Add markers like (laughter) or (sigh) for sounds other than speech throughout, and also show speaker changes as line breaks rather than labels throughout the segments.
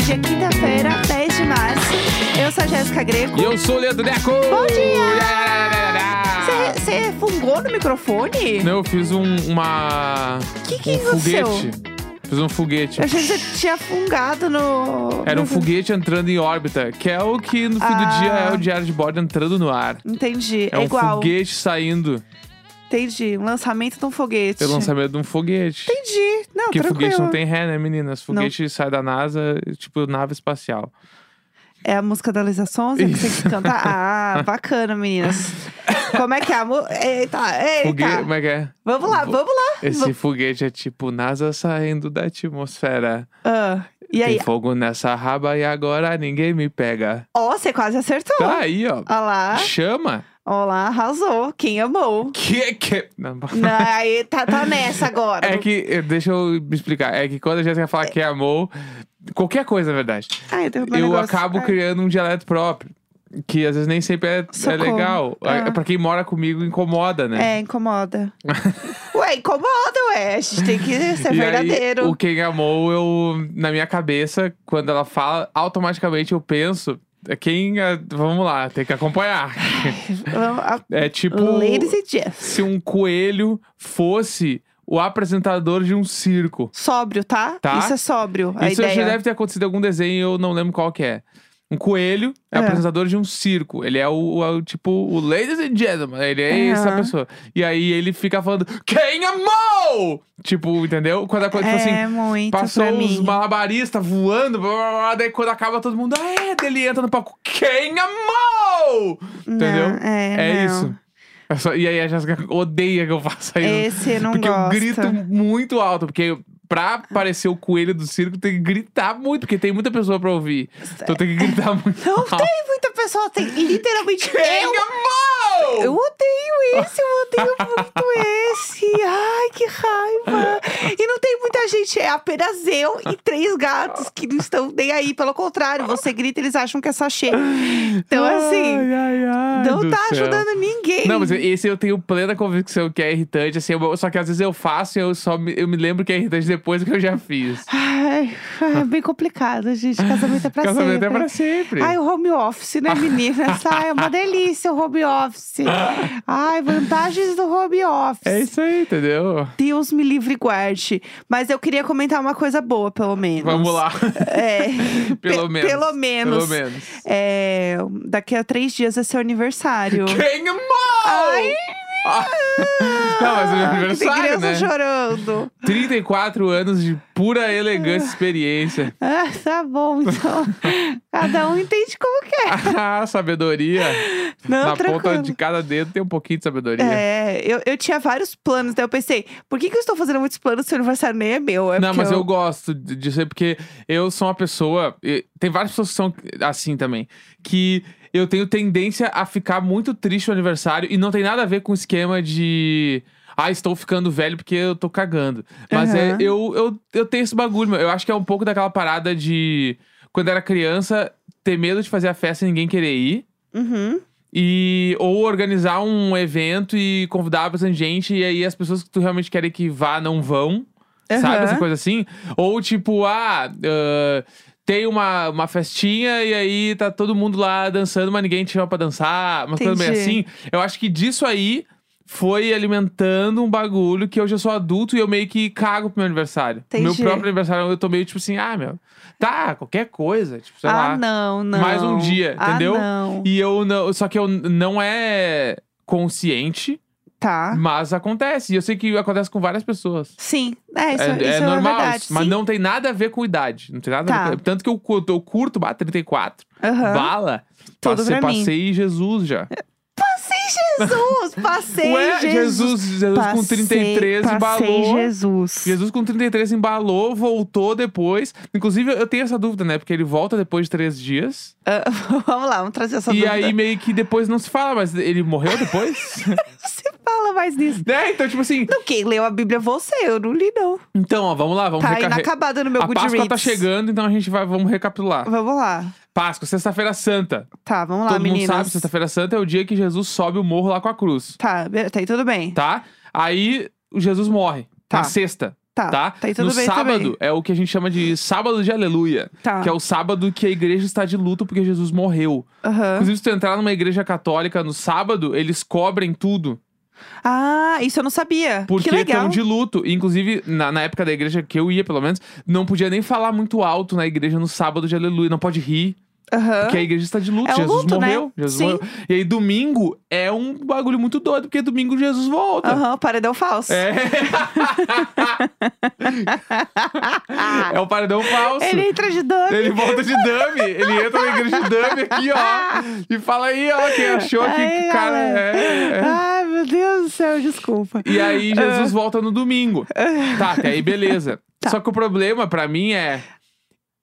um quinta-feira, 10 de março. Eu sou a Jéssica Greco.
E eu sou o Leandro Neco!
Bom dia! Você fungou no microfone?
Não, eu fiz um, uma...
O que, que
um
aconteceu?
foguete. Fiz um foguete.
Eu achei que você tinha fungado no.
Era um
no-
foguete entrando em órbita, que é o que no fim
Ah.
do dia é o diário de bordo entrando no ar.
Entendi. É,
um
igual.
foguete saindo
Entendi. Um lançamento de um foguete.
pelo lançamento de um foguete.
Entendi. Não,
Porque
tranquilo.
foguete não tem ré, né, meninas? Foguete sai da NASA, tipo nave espacial.
É a música da Luísa Sonza que você tem
(laughs)
que cantar? Ah, bacana, meninas. Como é que é a música? Eita, eita.
Foguete, como é que é?
Vamos lá, vamos lá.
Esse foguete é tipo NASA saindo da atmosfera.
Ah, e aí?
Tem fogo nessa raba e agora ninguém me pega.
Ó, você quase acertou.
Tá aí, ó.
Olha lá.
Chama.
Olha lá, arrasou. Quem amou?
Que que. Não,
Não, aí tá, tá nessa agora.
É que, eh, deixa eu me explicar. É que quando a Jéssica fala que amou, qualquer coisa, na verdade,
Ai, eu derrubei um
eu
negócio.
acabo
Ai. criando.
criando um dialeto próprio. Que às vezes nem sempre é, é
Socorro.
legal.
Ah.
É, Pra quem mora comigo, incomoda, né? (laughs)
É, incomoda. ué, incomoda, ué. A gente tem que ser
e
é verdadeiro.
Aí, o quem amou, eu, na minha cabeça, quando ela fala, automaticamente eu penso. é Quem. ah, Vamos lá, tem que acompanhar.
Vamos- a-
É tipo.
Ladies and gents.
Se um coelho fosse o apresentador de um circo.
Sóbrio, tá?
Tá.
Isso é sóbrio. a
Isso
ideia.
já deve ter acontecido em algum desenho, eu não lembro qual que é. Um coelho é,
É.
apresentador de um circo. Ele é o, o- é o tipo, o ladies and gentlemen. Ele é essa
Aham.
pessoa. E aí ele fica falando, quem amou? Tipo, entendeu? Quando a coisa, tipo assim,
é muito
passou
pra
os
mim.
malabaristas voando, blá, blá, blá, daí quando acaba todo mundo, ah, é, daí ele entra no palco, quem amou?
Não,
entendeu?
É,
É
não.
isso. É só- e aí a Jéssica odeia que eu faça isso.
Esse eu É, não
Porque
gosta.
eu grito muito alto, porque pra aparecer o coelho do circo tem que gritar muito, porque tem muita pessoa pra ouvir. Então tem que gritar muito
(laughs) Não
alto.
tem muita pessoa, tem
(laughs)
literalmente
Quem
eu.
amou?
Eu odeio esse, eu odeio
(laughs)
muito esse. Ai, que raiva. E não tem muita gente, é apenas eu e três gatos que não estão nem aí. Pelo contrário, você grita, eles acham que é sachê. Então, assim,
Ai, ai, ai,
não
do
tá
céu.
ajudando ninguém.
Não, mas esse eu tenho plena convicção que é irritante, assim, eu- só que às vezes eu faço e eu só me, eu me lembro que é irritante depois que eu já fiz.
Ai, ai, é bem complicado, gente. Casamento é pra
Casamento
sempre.
é pra sempre.
Ai, o home office, né, meninas? Ai, é uma delícia o home office. Ai, vantagens do home office.
É isso aí, entendeu?
Deus me livre e guarde. Mas eu queria comentar uma coisa boa, pelo menos.
Vamos lá.
(laughs)
(laughs)
É,
Pelo
pe-
menos.
Pelo menos.
Pelo menos.
É, daqui a três dias é seu aniversário.
Quem amou?
Ai!
Ah. (laughs) Não, mas é meu
Ah, Tem
aniversário,
criança
né?
chorando.
34 anos de pura elegância e experiência. (laughs)
Ah, tá bom, então. Cada um entende como quer.
Ah, sabedoria.
Não,
Na ponta
tranquilo.
de cada dedo tem um pouquinho de sabedoria.
É, eu, eu tinha vários planos, daí eu pensei, por que, que eu estou fazendo muitos planos se o aniversário nem é meu? É
Não,
porque
mas eu gosto de- disso aí porque eu sou uma pessoa. e Tem várias pessoas que são assim também. Que eu tenho tendência a ficar muito triste no aniversário e não tem nada a ver com o esquema de. Ah, estou ficando velho porque eu tô cagando. Mas é,
Aham.
eu, eu, eu tenho esse bagulho, meu. Eu acho que é um pouco daquela parada de. Quando era criança, ter medo de fazer a festa e ninguém querer ir.
Uhum.
E, ou organizar um evento e convidar bastante gente, e aí as pessoas que tu realmente querem que vá não vão. Sabe
Aham.
essa coisa assim? Ou tipo, ah, ah, tem uma, uma festinha e aí tá todo mundo lá dançando, mas ninguém te chama pra dançar, mas tudo bem
Entendi.
assim. Eu acho que disso aí foi alimentando um bagulho que hoje eu sou adulto e eu meio que cago pro meu aniversário. O Meu
Entendi.
próprio aniversário eu tô meio tipo assim, ah, meu, tá, qualquer coisa, tipo, sei
ah,
lá.
não, não.
Mais um dia,
Ah,
entendeu?
não.
E eu não. Só que eu n- não é consciente,
Tá.
mas acontece. E eu sei que acontece com várias pessoas.
Sim, é, isso
é,
isso
é
é
normal,
verdade.
isso, mas
sim.
não tem nada a ver com idade. Não tem nada a
Tá.
ver com. Tanto que eu curto, eu curto bah, 34.
Aham.
Bala.
Tudo
passei,
pra mim.
passei Jesus já.
Passei Jesus! Passei
Ué, Jesus, Jesus com 33
passei,
embalou.
Passei Jesus.
Jesus com 33 embalou, voltou depois. Inclusive, eu tenho essa dúvida, né? Porque ele volta depois de três dias.
Ah, (laughs) vamos lá, vamos trazer essa
e
dúvida.
aí, meio que depois não se fala, mas ele morreu depois?
(laughs) Você fala mais nisso.
né? Então, tipo assim.
Não, quem leu a Bíblia é você, eu não li não.
Então, ó, vamos lá, vamos
tá
recarregar.
inacabada no meu
A
Goodreads.
Páscoa tá chegando, então a gente vai, vamos recapitular.
Vamos lá.
Páscoa, sexta-feira santa.
Tá, vamos lá,
Todo
meninas.
mundo sabe, sexta-feira santa é o dia que Jesus sobe o morro lá com a cruz,
Tá, be- tá aí tudo bem.
tá? Aí o Jesus morre
Tá.
na sexta.
Tá.
Tá?
Tá, e tudo
no
bem
sábado
também.
é o que a gente chama de sábado de aleluia.
Tá.
Que é o sábado que a igreja está de luto porque Jesus morreu.
Aham.
Inclusive, se tu entrar numa igreja católica no sábado, eles cobrem tudo.
Ah, isso eu não sabia.
Porque
que
estão
legal.
de luto. E, Inclusive, na, na época da igreja que eu ia, pelo menos, não podia nem falar muito alto na igreja no sábado de aleluia. Não pode rir.
Aham.
Porque a igreja está de luto.
É o
Jesus
luto, né?
morreu. Jesus
Sim.
morreu. E aí, domingo é um bagulho muito doido, porque domingo Jesus volta.
Aham, paredão
(laughs)
falso.
É. é o paredão falso.
Ele entra de dano.
Ele volta de dummy, ele entra na igreja de dummy aqui, ó. E fala aí, ó, quem achou aqui que
Ai,
o cara
galera.
é. é.
Ai, meu Deus do céu, desculpa.
E
(laughs)
aí
Ah.
Jesus volta no domingo. Tá, até aí beleza.
Tá.
Só que o problema pra mim é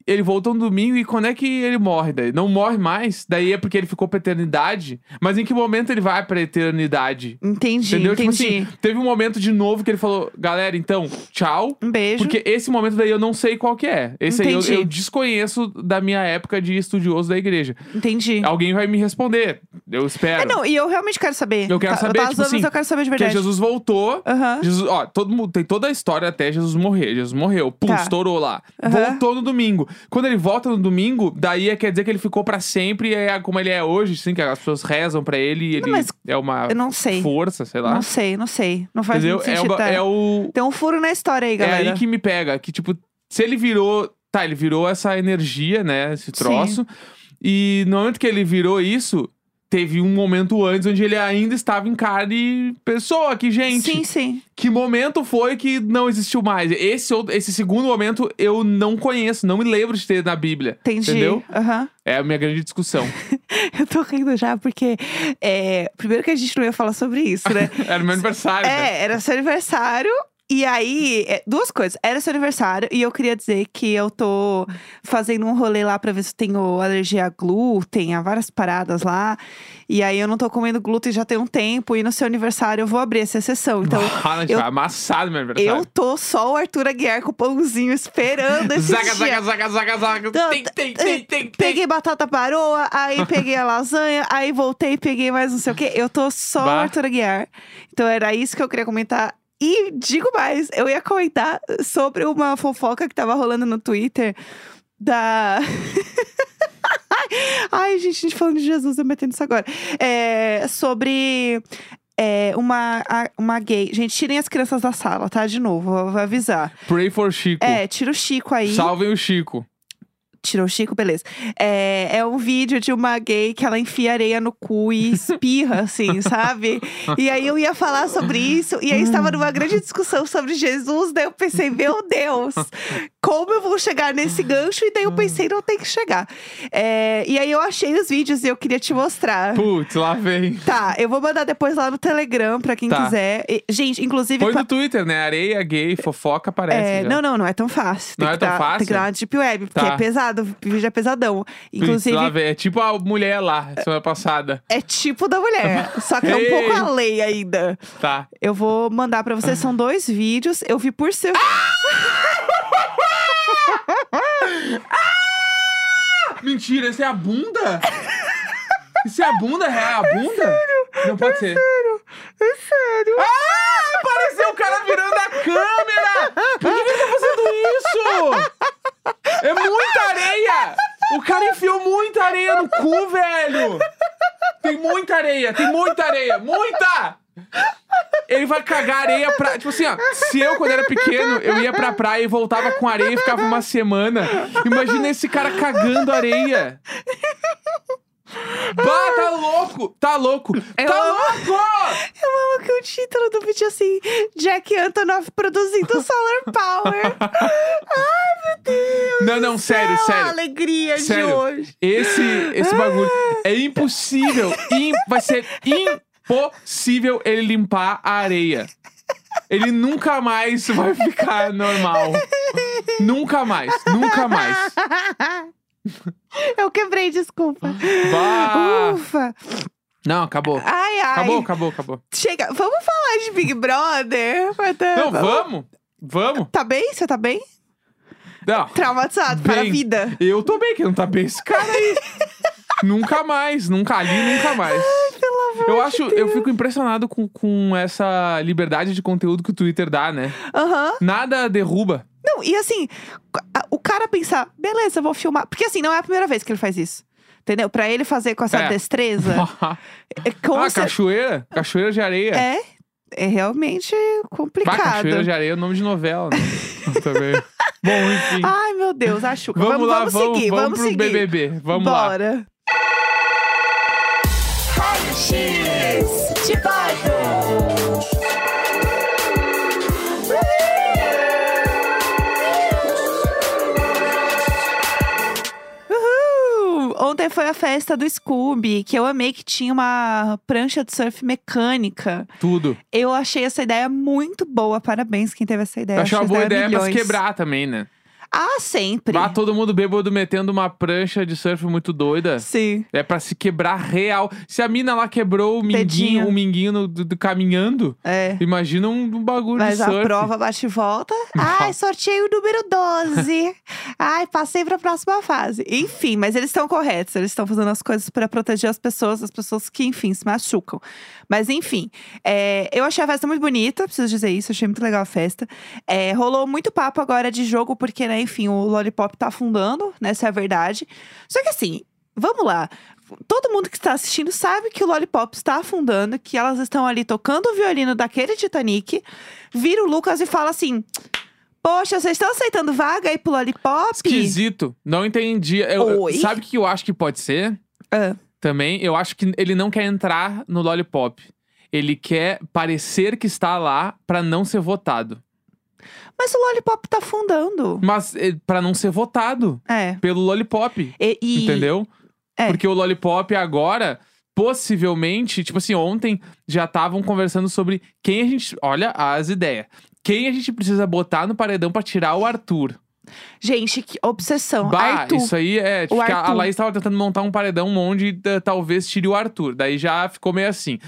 ele volta no domingo e quando é que ele morre daí? Não morre mais? Daí é porque ele ficou pra eternidade? Mas em que momento ele vai pra eternidade?
Entendi,
Entendeu?
entendi.
Tipo assim, teve um momento de novo que ele falou, galera, então, tchau.
um beijo.
Porque esse momento daí eu não sei qual que é. Esse aí eu-
Entendi.
eu, desconheço da minha época de estudioso da igreja.
Entendi.
Alguém vai me responder. Eu espero.
É, não, e eu realmente quero saber.
Eu quero
Tá-
saber,
Eu tava
tipo
zoando, mas
assim,
eu quero saber de
Porque
verdade.
Jesus voltou.
Aham.
Jesus, ó, todo mundo tem toda a história até Jesus morrer. Jesus morreu, pum,
Tá.
estourou lá.
Aham.
Voltou no domingo. Quando ele volta no domingo, daí é- quer dizer que ele ficou pra sempre, e é como ele é hoje, assim, que as pessoas rezam pra ele, e ele
mas
é uma
Eu não sei.
força, sei lá.
Não sei, não sei. Não faz
Entendeu?
muito
É
sentido.
o,
tá?
é o
Tem um furo na história aí, galera.
É aí que me pega, que tipo, se ele virou, tá, ele virou essa energia, né, esse troço. E no momento que ele virou isso, teve um momento antes onde ele ainda estava em carne e pessoa, que gente,
Sim, sim.
que momento foi que não existiu mais? Esse outro- esse segundo momento eu não conheço, não me lembro de ter na Bíblia.
Entendi.
Entendeu?
Aham.
É a minha grande discussão.
Eu tô rindo já porque. é, Primeiro que a gente não ia falar sobre isso, (laughs)
(laughs)
né?
Era meu aniversário. né?
É, era seu aniversário. E aí, é, duas coisas. Era seu aniversário e eu queria dizer que eu tô fazendo um rolê lá pra ver se eu tenho alergia a glúten, a várias paradas lá. E aí eu não tô comendo glúten já tem um tempo e no seu aniversário eu vou abrir essa exceção.
(laughs)
Então,
Ah, gente,
eu-
amassado meu
eu
aniversário.
tô só o Arthur Aguiar com o pãozinho esperando esse
Zaga, zaga,
dia.
zaga, zaga, zaga.
Não,
Tem, tem, tem, tem, tem.
Peguei batata paroa, aí peguei a lasanha, aí voltei e peguei mais não sei o quê. Eu tô só
Bah.
Arthur Aguiar. Então era isso que eu queria comentar. E digo mais, eu ia comentar sobre uma fofoca que tava rolando no Twitter da. (laughs) Ai, gente, a gente falando de Jesus, eu metendo isso agora. É, sobre. é, uma, a- uma gay. Gente, tirem as crianças da sala, tá? De novo, vou, vou avisar.
Pray for Chico.
É, tira o Chico aí.
Salvem o Chico.
Tirou o Chico, beleza. É, é um vídeo de uma gay que ela enfia areia no cu e espirra, (laughs) assim, sabe? E aí eu ia falar sobre isso, e aí estava numa grande discussão sobre Jesus, daí eu pensei, meu Deus, como eu vou chegar nesse gancho? E daí eu pensei, não tem que chegar. É, e aí eu achei os vídeos e eu queria te mostrar.
Putz, lá vem.
Tá, eu vou mandar depois lá no Telegram pra quem
Tá.
quiser. E, gente, inclusive.
Põe
pa-
no Twitter, né? Areia, gay, fofoca, aparece.
É,
já.
não, não, não é tão fácil. Tem
Não
que
é tão
dar- Tem
fácil?
que dar uma deep web,
Tá.
porque é pesado, o vídeo é pesadão.
Putz,
Inclusive,
lá vem. É tipo a mulher lá, semana passada.
É tipo da mulher, só que é um
Ei.
pouco além ainda.
Tá.
Eu vou mandar pra vocês, são dois vídeos. Eu vi por seu.
Ah! Mentira, essa é a bunda? Isso é a bunda? É a bunda? Não pode ser.
É sério?
Ah, apareceu o cara virando a câmera! Por que que ele tá fazendo isso? É muita areia! O cara enfiou muita areia no cu, velho! Tem muita areia, tem muita areia, muita! Ele vai cagar areia pra. Tipo assim, ó. Se eu, quando era pequeno, eu ia pra praia e voltava com areia e ficava uma semana. Imagina esse cara cagando areia. Bah, tá louco! Tá louco!
Eu
Tá
amo.
louco!
Eu amo que o título do vídeo é assim: Jack Antonoff produzindo Solar Power. Ai, meu Deus!
Não, não,
do
sério,
céu,
sério.
A alegria de
Sério.
hoje. Ah!
Esse, esse bagulho é impossível. im- vai ser impossível ele limpar a areia. Ele nunca mais vai ficar normal. Nunca mais, nunca mais.
Eu quebrei, desculpa.
Bah.
Ufa!
Não, acabou.
Ai, ai.
Ah. Acabou, acabou, acabou.
Chega, vamos falar de Big Brother? Matan?
Não, vamos. Vamos.
Tá bem? Você tá bem?
Não.
Traumatizado para a
Bem,
vida.
Eu tô bem, que não tá bem esse cara aí. nunca mais, nunca ali, nunca mais.
Pelo amor
Eu acho, eu fico impressionado com, com essa liberdade de conteúdo que o Twitter dá, né?
Aham.
Nada derruba.
Não, e assim, a- o cara pensar, beleza, eu vou filmar. Porque assim, não é a primeira vez que ele faz isso. Entendeu? Pra ele fazer com essa
É.
destreza.
(laughs)
é, com
ah,
cer-
cachoeira? Cachoeira de areia.
é, é realmente
Bah,
complicado.
cachoeira de areia é nome de novela, né?
(laughs)
Também. Bom, enfim.
Ai, meu Deus, acho.
vamos, lá,
Ah, vamos,
vamos,
seguir,
vamos,
vamos,
pro
seguir.
BBB. Vamos lá.
Bora. Uhul! Ontem foi a festa do Scooby, que eu amei que tinha uma prancha de surf mecânica.
Tudo.
Eu achei essa ideia muito boa. Parabéns quem teve essa ideia.
Eu achei uma
essa
boa ideia é pra se
milhões.
quebrar também, né?
Ah, sempre.
Lá todo mundo bêbado metendo uma prancha de surf muito doida.
Sim.
É pra se quebrar real. Se a mina lá quebrou o minguinho,
Dedinho.
o minguinho no- do, do caminhando,
É.
imagina um, um bagulho
Mas
de
a
surf.
prova bate e volta.
(laughs)
Ai, sorteio número 12. Ai, passei pra próxima fase. Enfim, mas eles estão corretos. Eles estão fazendo as coisas pra proteger as pessoas, as pessoas que, enfim, se machucam. Mas, enfim, é, eu achei a festa muito bonita, preciso dizer isso. Achei muito legal a festa. É, rolou muito papo agora de jogo, porque, né, enfim, o Lollipop tá afundando, né? Essa é a verdade. Só que, assim, vamos lá. Todo mundo que está assistindo sabe que o Lollipop está afundando, que elas estão ali tocando o violino daquele Titanic. Vira o Lucas e fala assim: Poxa, vocês estão aceitando vaga aí pro Lollipop?
Esquisito. Não entendi. Eu-
Oi?
Sabe o que eu acho que pode ser?
Ah.
Também, eu acho que ele não quer entrar no Lollipop. Ele quer parecer que está lá pra não ser votado.
Mas o Lollipop tá afundando.
Mas eh, pra não ser votado
É.
pelo Lollipop.
E, e-
Entendeu?
É.
Porque o Lollipop agora, possivelmente, tipo assim, ontem já estavam conversando sobre quem a gente. Olha as ideias. Quem a gente precisa botar no paredão pra tirar o Arthur.
Gente, que obsessão.
bah,
Então, Arthur.
isso aí é. Tipo, que a- A
Arthur.
Laís tava tentando montar um paredão onde eh, talvez tire o Arthur. Daí já ficou meio assim.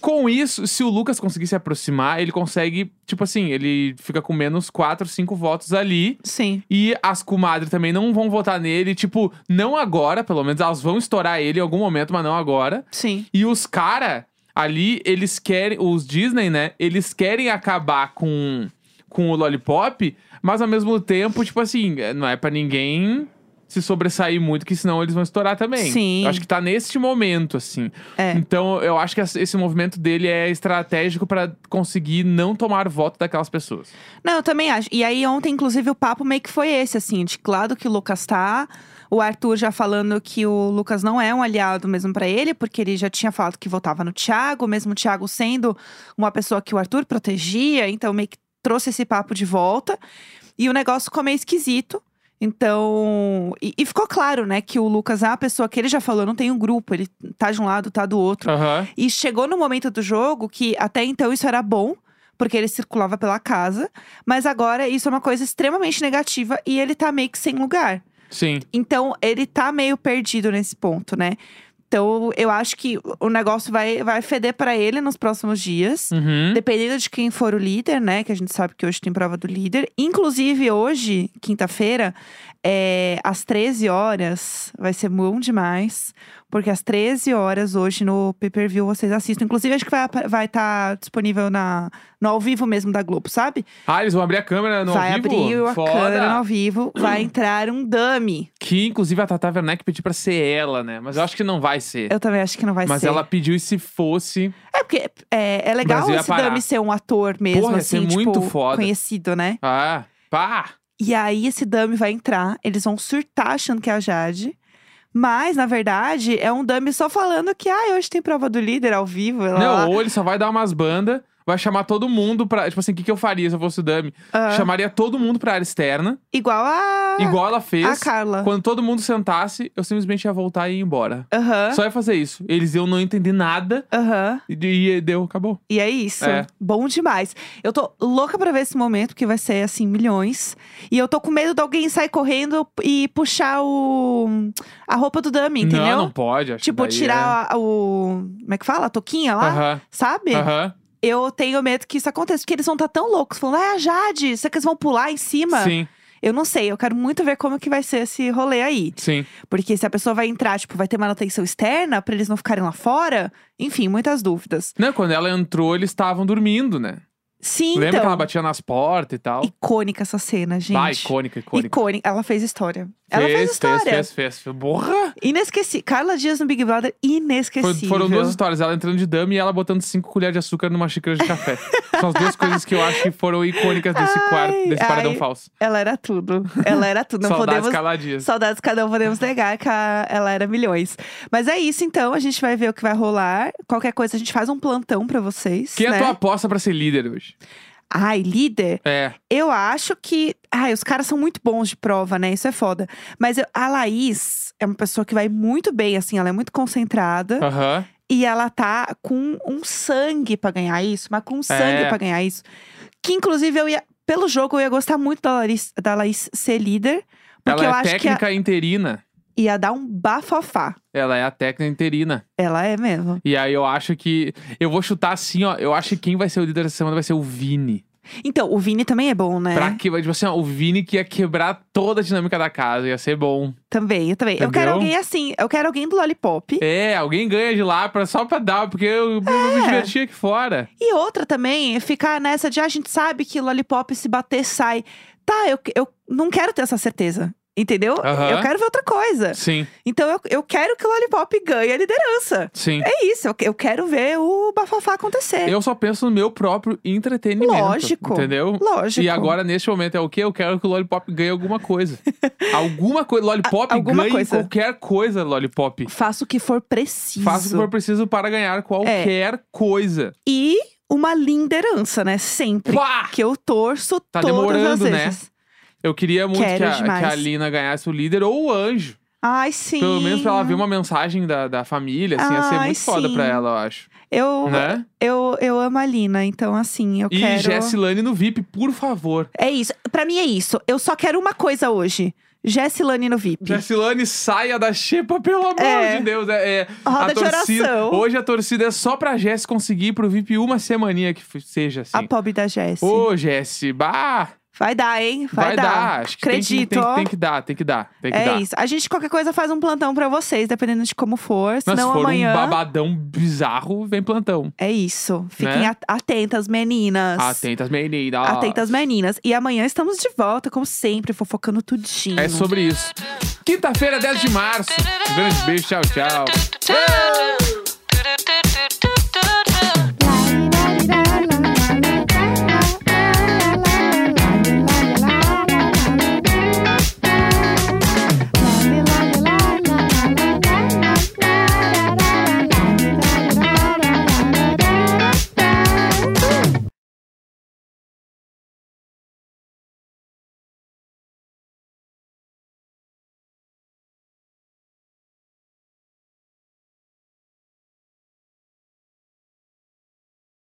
Com isso, se o Lucas conseguir se aproximar, ele consegue, tipo assim, ele fica com menos 4, 5 votos ali.
Sim.
E as comadres também não vão votar nele, tipo, não agora, pelo menos. Elas vão estourar ele em algum momento, mas não agora.
Sim.
E os cara ali, eles querem, os Disney, né? Eles querem acabar com, com o Lollipop, mas ao mesmo tempo, tipo assim, eh, não é pra ninguém se sobressair muito, que senão eles vão estourar também.
Sim.
Eu acho que tá neste momento, assim.
É.
Então, eu acho que essa- esse movimento dele é estratégico pra conseguir não tomar voto daquelas pessoas.
Não, eu também acho. E aí, ontem, inclusive, o papo meio que foi esse, assim, de que lado que o Lucas tá. O Arthur já falando que o Lucas não é um aliado mesmo pra ele, porque ele já tinha falado que votava no Thiago, mesmo o Thiago sendo uma pessoa que o Arthur protegia, então meio que trouxe esse papo de volta. E o negócio ficou meio esquisito. Então. E, e ficou claro, né, que o Lucas é uma pessoa que ele já falou, não tem um grupo, ele tá de um lado, tá do outro.
Aham.
E chegou no momento do jogo que até então isso era bom, porque ele circulava pela casa, mas agora isso é uma coisa extremamente negativa e ele tá meio que sem lugar.
Sim.
Então ele tá meio perdido nesse ponto, né? Então eu acho que o negócio vai, vai feder pra ele nos próximos dias.
Uhum.
Dependendo de quem for o líder, né? Que a gente sabe que hoje tem prova do líder. Inclusive, hoje, quinta-feira, é, às 13 horas, vai ser bom demais. Porque às 13 horas, hoje, no pay-per-view, vocês assistem. Inclusive, acho que vai estar vai tá disponível na, no ao vivo mesmo da Globo, sabe?
Ah, eles vão abrir a câmera no
vai
ao vivo?
abrir a
Foda.
câmera no ao vivo, vai entrar um dummy.
Que inclusive a Tata Werneck pediu pra ser ela, né? Mas eu acho que não vai ser.
Eu também acho que não vai
Mas
ser.
ela pediu e se fosse.
É porque é, é legal
Brasil ia
esse
parar.
dummy ser um ator mesmo,
Porra, ia ser
assim, tipo,
muito foda.
conhecido, né?
Ah, pá!
E aí esse dummy vai entrar, eles vão surtar achando que é a Jade. Mas, na verdade, é um dummy só falando que, ah, hoje tem prova do líder ao vivo. lá, lá,
Não,
lá.
ou ele só vai dar umas bandas, vai chamar todo mundo pra. Tipo assim, o que, que eu faria se eu fosse o Dami?
Ah,
Chamaria todo mundo pra área externa,
igual a,
igual ela
a
fez.
Carla.
Quando todo mundo sentasse, eu simplesmente ia voltar e ir embora.
Aham,
Só ia fazer isso. Eles iam não entender nada
aham.
e, e deu, acabou.
E é isso.
É.
Bom demais. Eu tô louca pra ver esse momento, porque vai ser, assim, milhões. E eu tô com medo de alguém sair correndo e puxar o... a roupa do dummy, entendeu?
Não, não pode, acho
Tipo,
que daí
tirar a- o... Como é que fala? A toquinha
é...
lá,
Aham,
sabe?
aham.
tá Eu tenho medo que isso aconteça, porque eles vão estar tão loucos, falando, ah, é a Jade, será que eles vão pular em cima?
Sim.
Eu não sei, eu quero muito ver como que vai ser esse rolê aí.
Sim.
Porque se a pessoa vai entrar, tipo, vai ter manutenção externa pra eles não ficarem lá fora. Enfim, muitas dúvidas.
Não, quando ela entrou, eles estavam dormindo, né?
Sim,
Lembra que
então.
ela batia nas portas e tal?
Icônica essa cena, gente.
Ah, icônica, icônica.
Icônica. Ela fez história. Ela
fez,
fez história.
Fez, fez, fez. Porra!
Inesquecível. Carla Dias no Big Brother,
For-
inesquecível.
Foram duas histórias, ela entrando de dama e ela botando cinco colheres de açúcar numa xícara de
(laughs)
café. São as duas coisas que eu acho que foram icônicas desse
Ai,
quarto, desse paredão
ai.
falso.
Ela era tudo. Ela era tudo. Não
Saudades
podemos.
caladias.
Saudades, cada um podemos negar que a- ela era milhões. Mas é isso, então. A gente vai ver o que vai rolar. Qualquer coisa, a gente faz um plantão pra vocês.
Quem é
né?
a tua aposta pra ser líder hoje?
Ai, líder?
É,
Eu acho que. Ai, os caras são muito bons de prova, né? Isso é foda. Mas eu- a Laís é uma pessoa que vai muito bem, assim. Ela é muito concentrada.
aham.
E ela tá com um sangue pra ganhar isso, mas com um sangue
É.
pra ganhar isso. Que inclusive eu ia. Pelo jogo, eu ia gostar muito da Laís, da Laís ser líder. Porque
Ela
eu
é
acho que ia,
técnica interina.
ia dar um bafafá.
Ela é a técnica interina.
Ela é mesmo.
E aí eu acho que. Eu vou chutar assim, ó. Eu acho que quem vai ser o líder essa semana vai ser o Vini.
Então, o Vini também é bom, né?
Pra que, tipo assim, ó, o Vini que ia quebrar toda a dinâmica da casa, ia ser bom.
Também, eu também. Eu quero
Entendeu?
alguém assim. Eu quero alguém do Lollipop.
É, alguém ganha de lá pra, só pra dar, porque eu,
É.
eu me diverti aqui fora.
E outra também, é ficar nessa de ah, a gente sabe que Lollipop se bater sai. Tá, eu, eu não quero ter essa certeza. Entendeu?
Aham.
Eu quero ver outra coisa.
Sim,
Então eu, eu quero que o Lollipop ganhe a liderança.
sim.
É isso, eu, eu quero ver o bafafá acontecer.
Eu só penso no meu próprio entretenimento.
Lógico.
Entendeu?
Lógico.
E agora, neste momento, é o quê? Eu quero que o Lollipop ganhe alguma coisa.
(laughs)
alguma coisa. Lollipop
A- alguma
ganhe
coisa.
qualquer coisa, Lollipop.
Faça o que for preciso.
Faça o que for preciso para ganhar qualquer
É.
coisa.
E uma liderança, né? Sempre.
Pá!
Que eu torço
Tá
todas
demorando,
as
né?
vezes.
Eu queria muito
Quero
que a,
demais.
que a Lina ganhasse o líder ou o anjo.
Ai, sim.
Pelo menos pra ela ver uma mensagem da, da família, assim, ia ser
Ai,
muito foda
sim.
pra ela, eu acho.
Eu,
né?
eu, eu amo a Lina, então assim, eu
E
quero.
Jessilane no VIP, por favor.
É isso. Pra mim é isso. Eu só quero uma coisa hoje. Jessilane no VIP.
Jessilane, saia da xepa, pelo amor
É.
de Deus. É, é,
Roda
a
de
torcida,
oração.
Hoje a torcida é só pra Jess conseguir ir pro VIP uma semaninha que f- seja,
A
assim.
pobre da Jess.
Ô, Jess, bah,
Vai dar, hein? Vai,
vai, dar. Acho que tem que-
Acredito,
tem que,
ó.
tem que dar, tem que dar, tem que
é
dar.
isso. A gente, qualquer coisa, faz um plantão pra vocês, dependendo de como for.
Mas
Senão
se for
amanhã.
um babadão bizarro, vem plantão.
É isso. Fiquem
Né?
at- atentas, meninas.
Atentas, meninas.
Atentas, meninas. E amanhã estamos de volta, como sempre, fofocando tudinho.
É sobre isso. Quinta-feira, 10 de março. Um grande beijo, tchau, tchau.
Tchau!